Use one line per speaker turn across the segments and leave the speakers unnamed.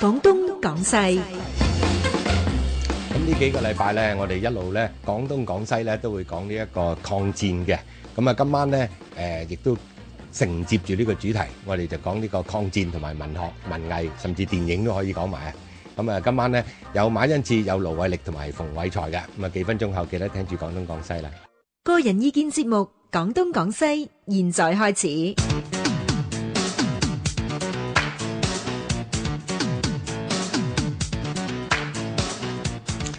廣東廣西
咁呢幾個禮拜咧，我哋一路咧廣東廣西咧都會講呢一個抗戰嘅。咁啊，今晚咧誒亦都承接住呢個主題，我哋就講呢個抗戰同埋文學、文藝，甚至電影都可以講埋啊。咁啊，今晚咧有馬恩賜、有盧偉力同埋馮偉才嘅。咁啊，幾分鐘後記得聽住廣東廣西啦。
個人意見節目《廣東廣西》，現在開始。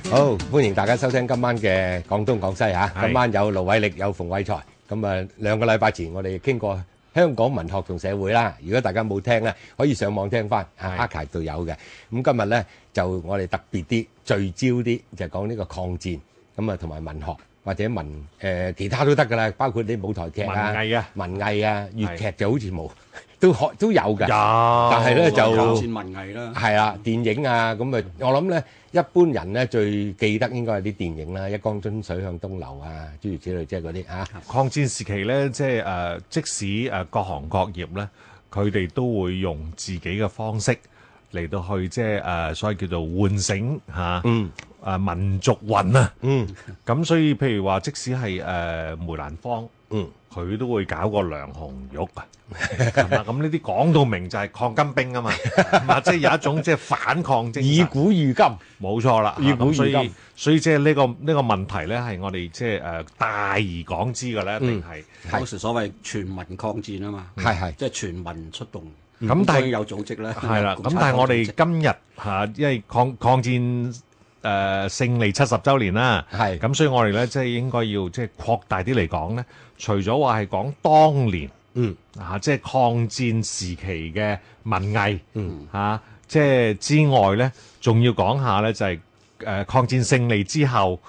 好，歡迎大家收聽今晚嘅廣東廣西嚇。
係
今晚有盧偉力，有馮偉才。咁啊，兩個禮拜前我哋傾過香港文學同社會啦。如果大家冇聽咧，可以上網聽翻
係
，archive 度有嘅。咁今日咧就我哋特別啲，聚焦啲，就講呢個抗戰咁啊，同埋文學或者文誒其他都得㗎啦，包括啲舞台劇啊、
文藝啊
文藝啊、粵劇就好似冇， 都可都有㗎。
有，
但係咧就
抗戰文藝啦，
係啦，電影啊，咁啊，我諗咧，一般人咧最記得應該係啲電影啦，《一江春水向東流》啊，諸如此類，即係嗰啲啊嚇。
抗戰時期咧，即係誒、呃即使誒、呃各行各業咧，佢哋都會用自己嘅方式嚟到去即係誒、呃所謂叫做喚醒嚇，啊
嗯
啊民族魂啊，
嗯
咁所以譬如話，即使係誒、呃梅蘭芳。
嗯，
佢都會搞個梁紅玉啊，係嘛咁呢啲講到明就係抗金兵啊嘛，係嘛即係有一種即係反抗精神。
以古喻今，
冇錯啦，
以古
咁
以
所以
今
所以即係呢個呢、個問題咧，係我哋即係誒大而講之嘅咧，一定係
係
嗰時所謂全民抗戰啊嘛，
係係
即係全民出動。
嗯咁但係
當然有組織啦，
係啦。
有
咁
共產
但係
黨
我
組
哋
織
今日嚇、啊因為抗抗戰誒、呃、勝利七十週年啦，
係
咁，所以我哋咧即係應該要即係擴大啲嚟講咧，除咗話係講當年。
嗯
啊，即係抗戰時期嘅文藝，
嗯
啊，即係之外咧，仲要講下咧就係、誒、抗戰勝利之後，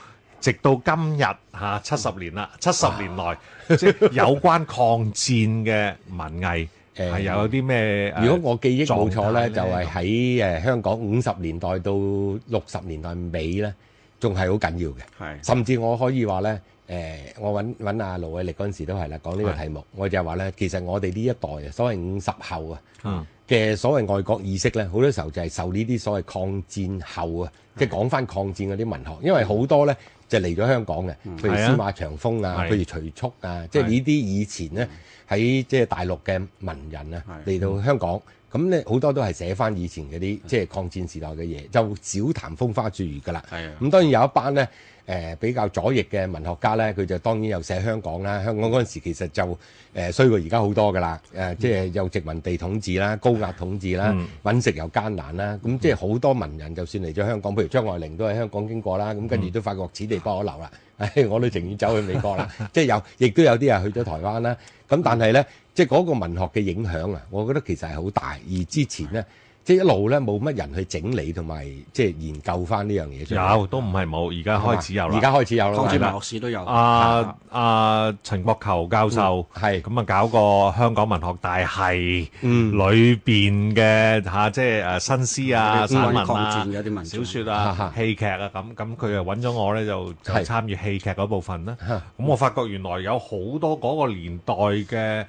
直到今日嚇七十年啦，七十年 來即係有關抗戰嘅文藝
誒
係有啲咩？誒
如果我記憶冇錯咧，
狀態
就係喺誒香港五十年代到六十年代尾咧，仲係好緊要嘅。
係
甚至我可以話咧，誒、我揾揾阿盧偉力嗰陣時都係啦，講呢個題目，我就係話咧，其實我哋呢一代啊，所謂五十後啊。
嗯
嘅所謂外國意識咧，好多時候就係受呢啲所謂抗戰後啊，
嗯
即係講翻抗戰嗰啲文學，因為好多咧就嚟咗香港嘅，譬如
係啊
司馬長風啊，
係
譬如徐速啊，即係
係嗯
呢啲以前咧喺即係大陸嘅文人啊
係
嚟到香港，咁咧好多都係寫翻以前嗰
嗯
啲即係抗戰時代嘅嘢，就少談風花雪月㗎啦。
係
嗯
啊，
咁當然有一班咧誒、呃比較左翼嘅文學家咧，佢就當然有寫香港啦。香港嗰陣時其實就誒、呃衰過而家好多噶啦，誒、即係有殖民地統治啦、高壓統治啦、
嗯
揾食又艱難啦。咁即係好多文人就算嚟咗香港，譬如張愛玲都喺香港經過啦，咁跟
嗯
住都發覺此地不可留啦。 唉，我都情願走去美國 啦，即係有，亦都有啲人去咗台灣啦。
嗯
咁但係咧，即係嗰個文學嘅影響啊，我覺得其實係好大。而之前咧，即係一路咧冇乜人去整理同埋即係研究翻呢樣嘢出嚟。
有都唔係冇，而家開始有啦。
而家開始有啦，
抗
係
戰
啦
文學史都有。
啊阿阿陳國球教授
嗯係
咁啊，搞個香港文學大系，
嗯
裏邊嘅嚇，即係誒新詩啊、
嗯
散文
抗
啊
戰嘅一啲文、
小
章
説
哈哈
啊、戲劇啊咁，咁佢又揾咗我咧，就就
係
參與戲劇嗰部分啦。
嚇
咁我發覺原來有好多嗰個年代嘅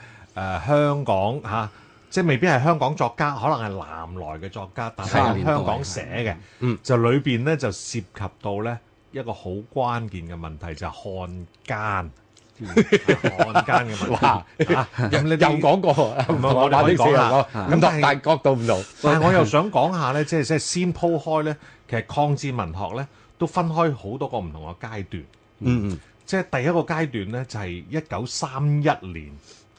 誒香港嚇。即係未必係香港作家，可能係南來嘅作家，但
係啊
係香港寫
嗯
嘅，就裏邊咧就涉及到咧一個好關鍵嘅問題，就係漢 奸。漢奸嘅問
哇
題啊，咁
又
呢啲
講過，
唔係
我
我哋可以講啦
咁
咁但
但
係
但角度唔同，
但係我又想講下咧，即係即係先鋪開咧，其實抗戰文學咧都分開好多個唔同嘅階段。
嗯嗯
即係第一個階段咧，就係一九三一年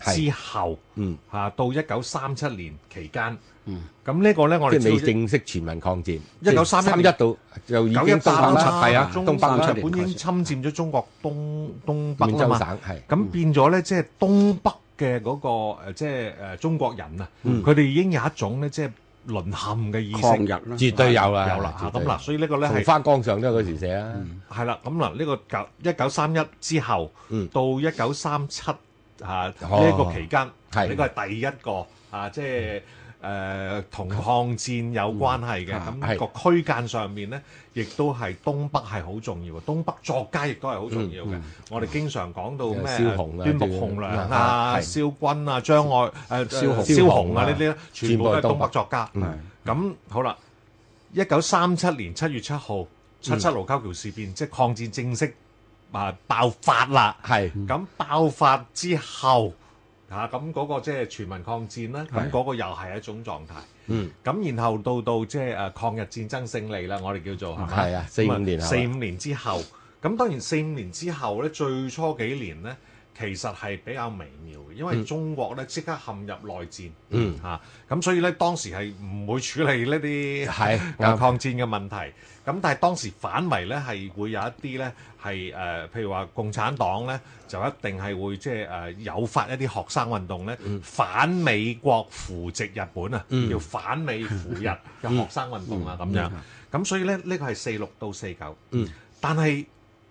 之後
嗯，
嚇、到一九三七年期間。
嗯，
咁呢個咧，我
即
哋
係未
知道
正式全民抗戰，
1931
三一度就已
九一
經東
八
北啦，
啦，
係啊，
中
東北
三
啦
七
日
年
本已
開
經侵佔咗中國東東
滿
北啦
洲
嘛。
省係
咁變咗咧，即係東北嘅嗰、個、呃、即係誒、呃中國人啊，
嗯
佢哋、已經有一種咧，即係淪陷嘅意
抗
識
日啦，啊
絕對有啦，
有啦。嚇
絕對
咁
有
嗱，，所以呢個咧
從
係
花江上都有嗰時寫啊，
嗯
係啦，咁嗱，呢個九一九三一之後
嗯
到一九三七啊
哦
呢一個期間，
係
呢個係第一個啊，即係誒同抗戰有關係嘅，
嗯
啊係
咁個區間上面咧，亦都係東北係好重要嘅，東北作家亦都係好重要嘅。我哋經常講到咩
嗯蕭紅啊
端木紅良
啊
啊、
係
蕭軍啊、張愛誒
蕭紅
蕭紅啊
蕭紅啊
呢啲咧，全部都係東北作家。
嗯
係
咁好啦，一九三七年七月七號七七盧溝橋事變，即係抗戰正式啊爆發啦。
係
咁爆發之後嚇，咁、嗰個即係全民抗戰啦，咁
係
嗰個又係一種狀態。
嗯
咁然後到到即係誒呃抗日戰爭勝利啦，我哋叫做係咪
係啊四五年後
咁啊四五年之後，咁當然四五年之後咧，最初幾年咧，其實係比較微妙嘅，因為中國咧即刻陷入內戰，
嗯
嚇，咁、所以咧當時係唔會處理呢啲
係
啊
啱
抗戰嘅問題，咁但係當時反為咧係會有一啲咧係誒，譬如話共產黨咧就一定係會即係誒誘發一啲學生運動咧、
嗯
反美國扶植日本啊，叫反美扶日
嗯
嘅學生運動啊咁樣，咁、所以咧呢個係四六到四九，
嗯
但係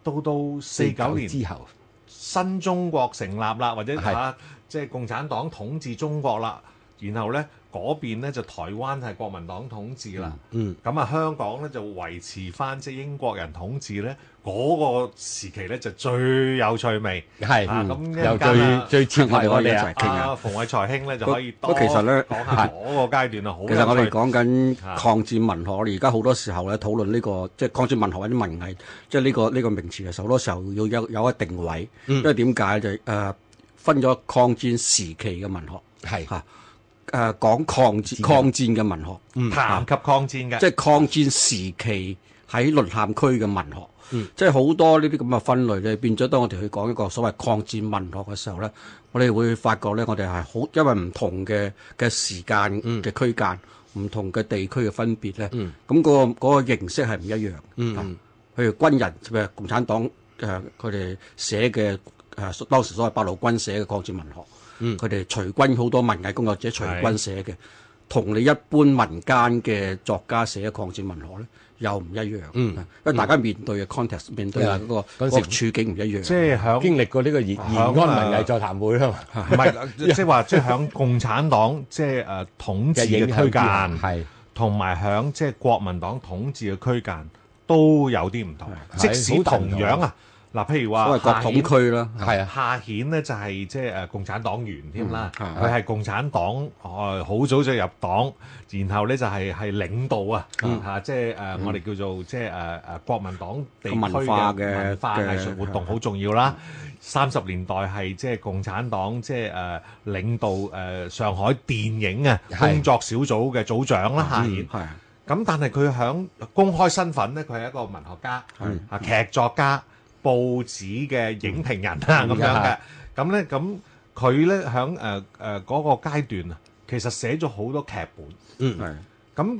到到四九年。
之後，
新中國成立啦，或者
係
嚇即係共產黨統治中國啦，然後呢，嗰邊呢就台灣係國民黨統治啦，
嗯
咁啊、香港呢就維持翻即係英國人統治呢嗰、個時期呢就最有趣味。
係
啊咁一
又
間啊
最最切合我哋
我哋一齊
啊，
傾下
啊，馮偉才兄呢就可以
不
多
不其實呢
講下嗰個階段啊，好有趣啊
其實我哋講緊抗戰文學，我哋而家好多時候咧討論呢個即係抗戰文學或者文藝，即係呢個呢個名詞嘅時候，好多時候要有有一定位，
嗯
因為點解就係誒分咗抗戰時期嘅文學
係
嚇，誒講抗戰抗戰嘅文學。
談及抗戰嘅，
即係抗戰時期喺淪陷區嘅文學，即係好多呢啲咁嘅分類咧，變咗當我哋去講一個所謂抗戰文學嘅時候咧，我哋會發覺咧，我哋係好因為唔同嘅嘅時間嘅區間，唔同嘅地區嘅分別咧，咁嗰個嗰個形式係唔一樣。嗯，譬如軍人譬如共產黨誒佢哋寫嘅誒當時所謂八路軍寫嘅抗戰文學。佢哋隨軍好多文藝工作者隨軍寫嘅，同你一般民間嘅作家寫嘅抗戰文學咧又唔一樣。嗯，因為大家面對嘅 context，面對嘅嗰個
嗯嗰陣
嗰個
時
處境唔一樣。
即係響
經歷過呢個延延安文藝座談會啊嘛，
唔 係即係話即係響共產黨即係誒統治
嘅影
嘅
響
區
之下
間。
係
同埋響即係國民黨統治嘅區間都有啲唔同，
係
即使
好
同樣啊，嗱，譬如話
所謂國
夏顯
統區啦，
係啊，
夏顯呢就係即係誒共產黨員添啦，
嗯係
佢係共產黨誒好早就入黨，然後呢就係係領導啊嚇，即係誒我哋叫做即係誒誒國民黨地區
文化
嘅
嘅
文化
嘅
藝術活動好重要啦。三十年代係即係共產黨即係誒領導誒上海電影啊
係
工作小組嘅組長啦，夏顯
嗯。係啊
咁但係佢響公開身份咧，佢係一個文學家、
係
啊劇作家、報紙嘅影評人啊啦咁樣嘅。咁咧咁佢咧響誒誒嗰個階段啊，其實寫咗好多劇本。
係啊
嗯
咁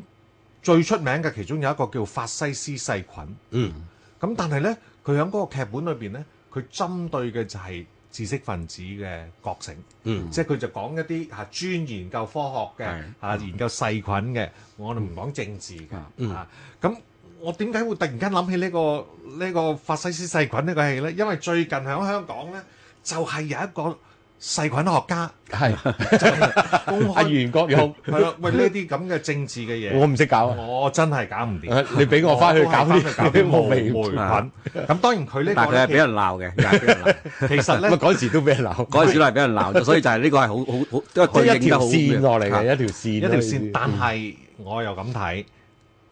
最出名嘅其中有一個叫法西斯細菌。
嗯。
咁但係咧，佢響嗰個劇本裏邊咧，佢針對嘅就係知識分子嘅覺醒。
嗯
即係佢就講一啲嚇專研究科學嘅
係
嚇研究細菌嘅，我哋唔講政治
啊
嘅嚇。咁我點解會突然間諗起呢個呢個法西斯細菌呢個戲呢？因為最近喺香港呢，就係有一個細菌學家
係
就係公
阿
開
袁國勇，
係啦，喂呢啲咁嘅政治嘅
我
嘢，
唔識搞啊，
我真係搞唔掂。
你俾我翻去搞
我都係
啲
返去
啲
搞
冇
啲
味
霉菌。咁當然佢呢
但
個
係佢係俾
呢
人鬧嘅，又係俾人 鬧。
其實
咁啊
呢，
嗰時都俾人鬧，
嗰陣時都係俾人鬧，所以就係呢個係好好好，因為
即係
對
一
應得
條
好
線落嚟嘅
嘅。
一條線，
一條線，但係我又咁睇，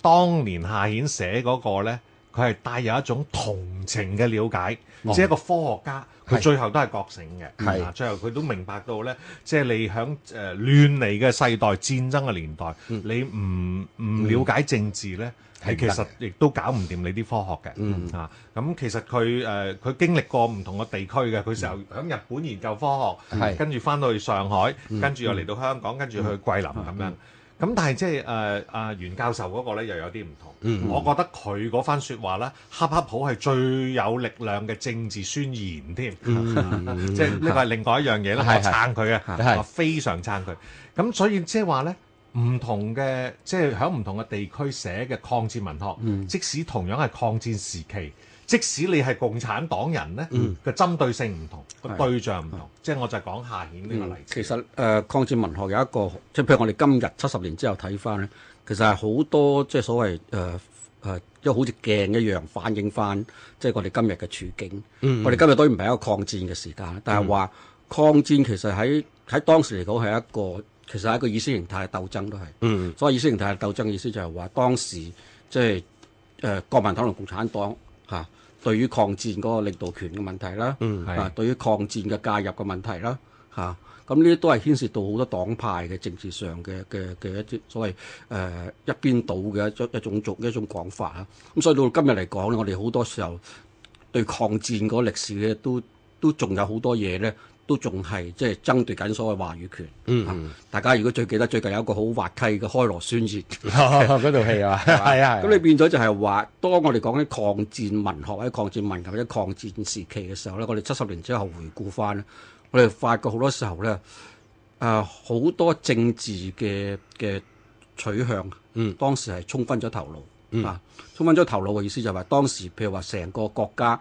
當年夏顯寫嗰個呢，佢係帶有一種同情嘅了解，即係一個科學家，佢
係
最後都係覺醒嘅，
係
啊最後佢都明白到呢，即係你響誒亂嚟嘅世代、戰爭嘅年代，你唔唔了解政治呢，你
係
其
唔得
實亦都搞唔掂你啲科學嘅，
嗯
啊咁其實佢誒佢經歷過唔同嘅地區嘅，佢時候響日本研究科學，
嗯係嗯
跟住翻到去上海，跟住又嚟到香港，跟住去桂林咁樣。咁但係即係誒阿袁教授嗰個咧又有啲唔
嗯
同，我覺得佢嗰番説話咧，恰恰好係最有力量嘅政治宣言添， 即係呢個係另外一樣嘢啦，我
嗯係係
撐佢嘅，
係
我非常撐佢。咁所以即係話咧。唔同嘅即係喺唔同嘅地區寫嘅抗戰文學，即使同樣係抗戰時期，即使你係共產黨人咧，個針對性唔同，個
係
對象唔同，即係我就係講夏顯呢個例子。
其實誒、呃抗戰文學有一個，即係譬如我哋今日七十年之後睇翻咧，其實係好多即係所謂呃誒誒，因為好似鏡一樣反映翻即係我哋今日嘅處境。我哋今日當然唔係一個抗戰嘅時間，但係話抗戰其實喺喺當時嚟講係一個其實係一個意識形態嘅鬥爭都係。
嗯
所謂意識形態嘅鬥爭嘅意思就係話當時即係誒國民黨同共產黨嚇、啊、對於抗戰嗰個領導權嘅問題啦，
嗯
係
啊對於抗戰嘅介入嘅問題啦嚇，咁呢啲都係牽涉到好多黨派嘅政治上嘅嘅嘅一啲所謂誒、呃一邊倒嘅一種一種族一種講法啦。咁所以到今日嚟講咧，我哋好多時候對抗戰嗰歷史咧，都都仲有好多嘢咧，都仲係即係爭奪緊所謂話語權。
嗯
啊大家如果最記得最近有一個好滑稽嘅開羅宣言，
嗰套戲啊，係啊，
咁你變咗就係話，當我哋講緊抗戰文學或者抗戰文學或者抗戰時期嘅時候咧，我哋七十年之後回顧翻咧，我哋發覺好多時候咧，誒、呃好多政治嘅嘅取向，
嗯，
當時係衝昏咗頭腦，嗯、啊，衝昏咗頭腦嘅意思就係話當時譬如話成個國家。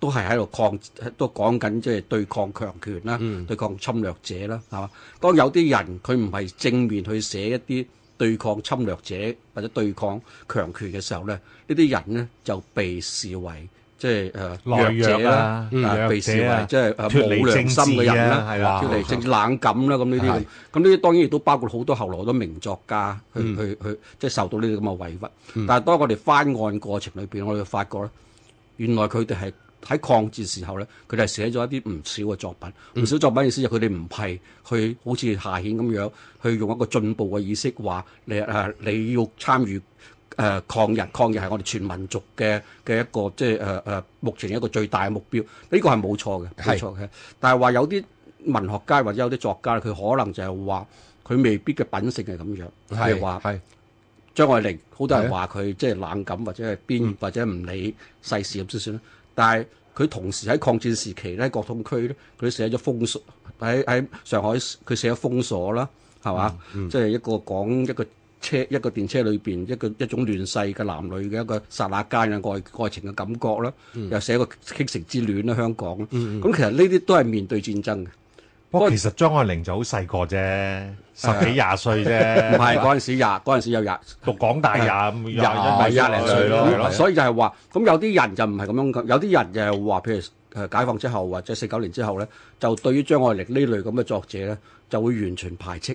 都係喺度抗，都講緊即係對抗強權啦，
嗯
對抗侵略者啦，係嘛？當有啲人佢唔係正面去寫一啲對抗侵略者或者對抗強權嘅時候咧，呢啲人咧就被視為即係誒
內
弱者
弱啊
啦，
嗯弱者啊
被視為即
脫
係誒
離
冇良心嘅
政治
人
啊
啦，
係啦
脫離政治冷感啦，咁呢啲
係
咁咁呢啲當然亦都包括好多後來好多名作家去、
嗯
去去即係受到呢啲咁嘅委屈。但係當我哋翻案過程裏邊，我哋發覺咧。原來佢哋係喺抗戰時候咧，佢哋係寫咗一啲唔少嘅作
嗯
品。唔少作品意思就係佢哋唔係去好似夏顯咁樣，去用一個進步嘅意識話你誒、呃你要參與誒、呃抗日，抗日係我哋全民族嘅嘅一個即係誒誒目前一個最大嘅目標。呢、個係冇錯嘅，
係
冇錯嘅。但係話有啲文學家或者有啲作家，佢可能就係話佢未必嘅品性係咁樣，譬如話。
係
張愛玲，好多人話佢即係冷感或者係邊或者唔理世事咁先算啦。但係佢同時喺抗戰時期咧，國統區咧，佢寫咗封鎖喺喺上海，佢寫咗封鎖啦，係嘛？即係一個講一個車一個電車裏邊一個一種亂世嘅男女嘅一個剎那間嘅愛愛情嘅感覺啦，又寫個傾城之戀啦，香港。咁、其實呢啲都係面對戰爭嘅，
不過其實張愛玲就好細個啫，十幾廿歲
唔
啫，
係嗰陣時廿嗰陣時有廿。
讀港大廿五廿
啊
一
廿
廿
零
零
歲
歲
咯
咯
係
係啊
咯，
咯，
所以就係話，咁有啲人就唔係咁樣講，有啲人就係話，譬如誒解放之後
嗯
或者四九年之後咧，就對於張愛玲呢類咁嘅作者咧，就會完全排斥。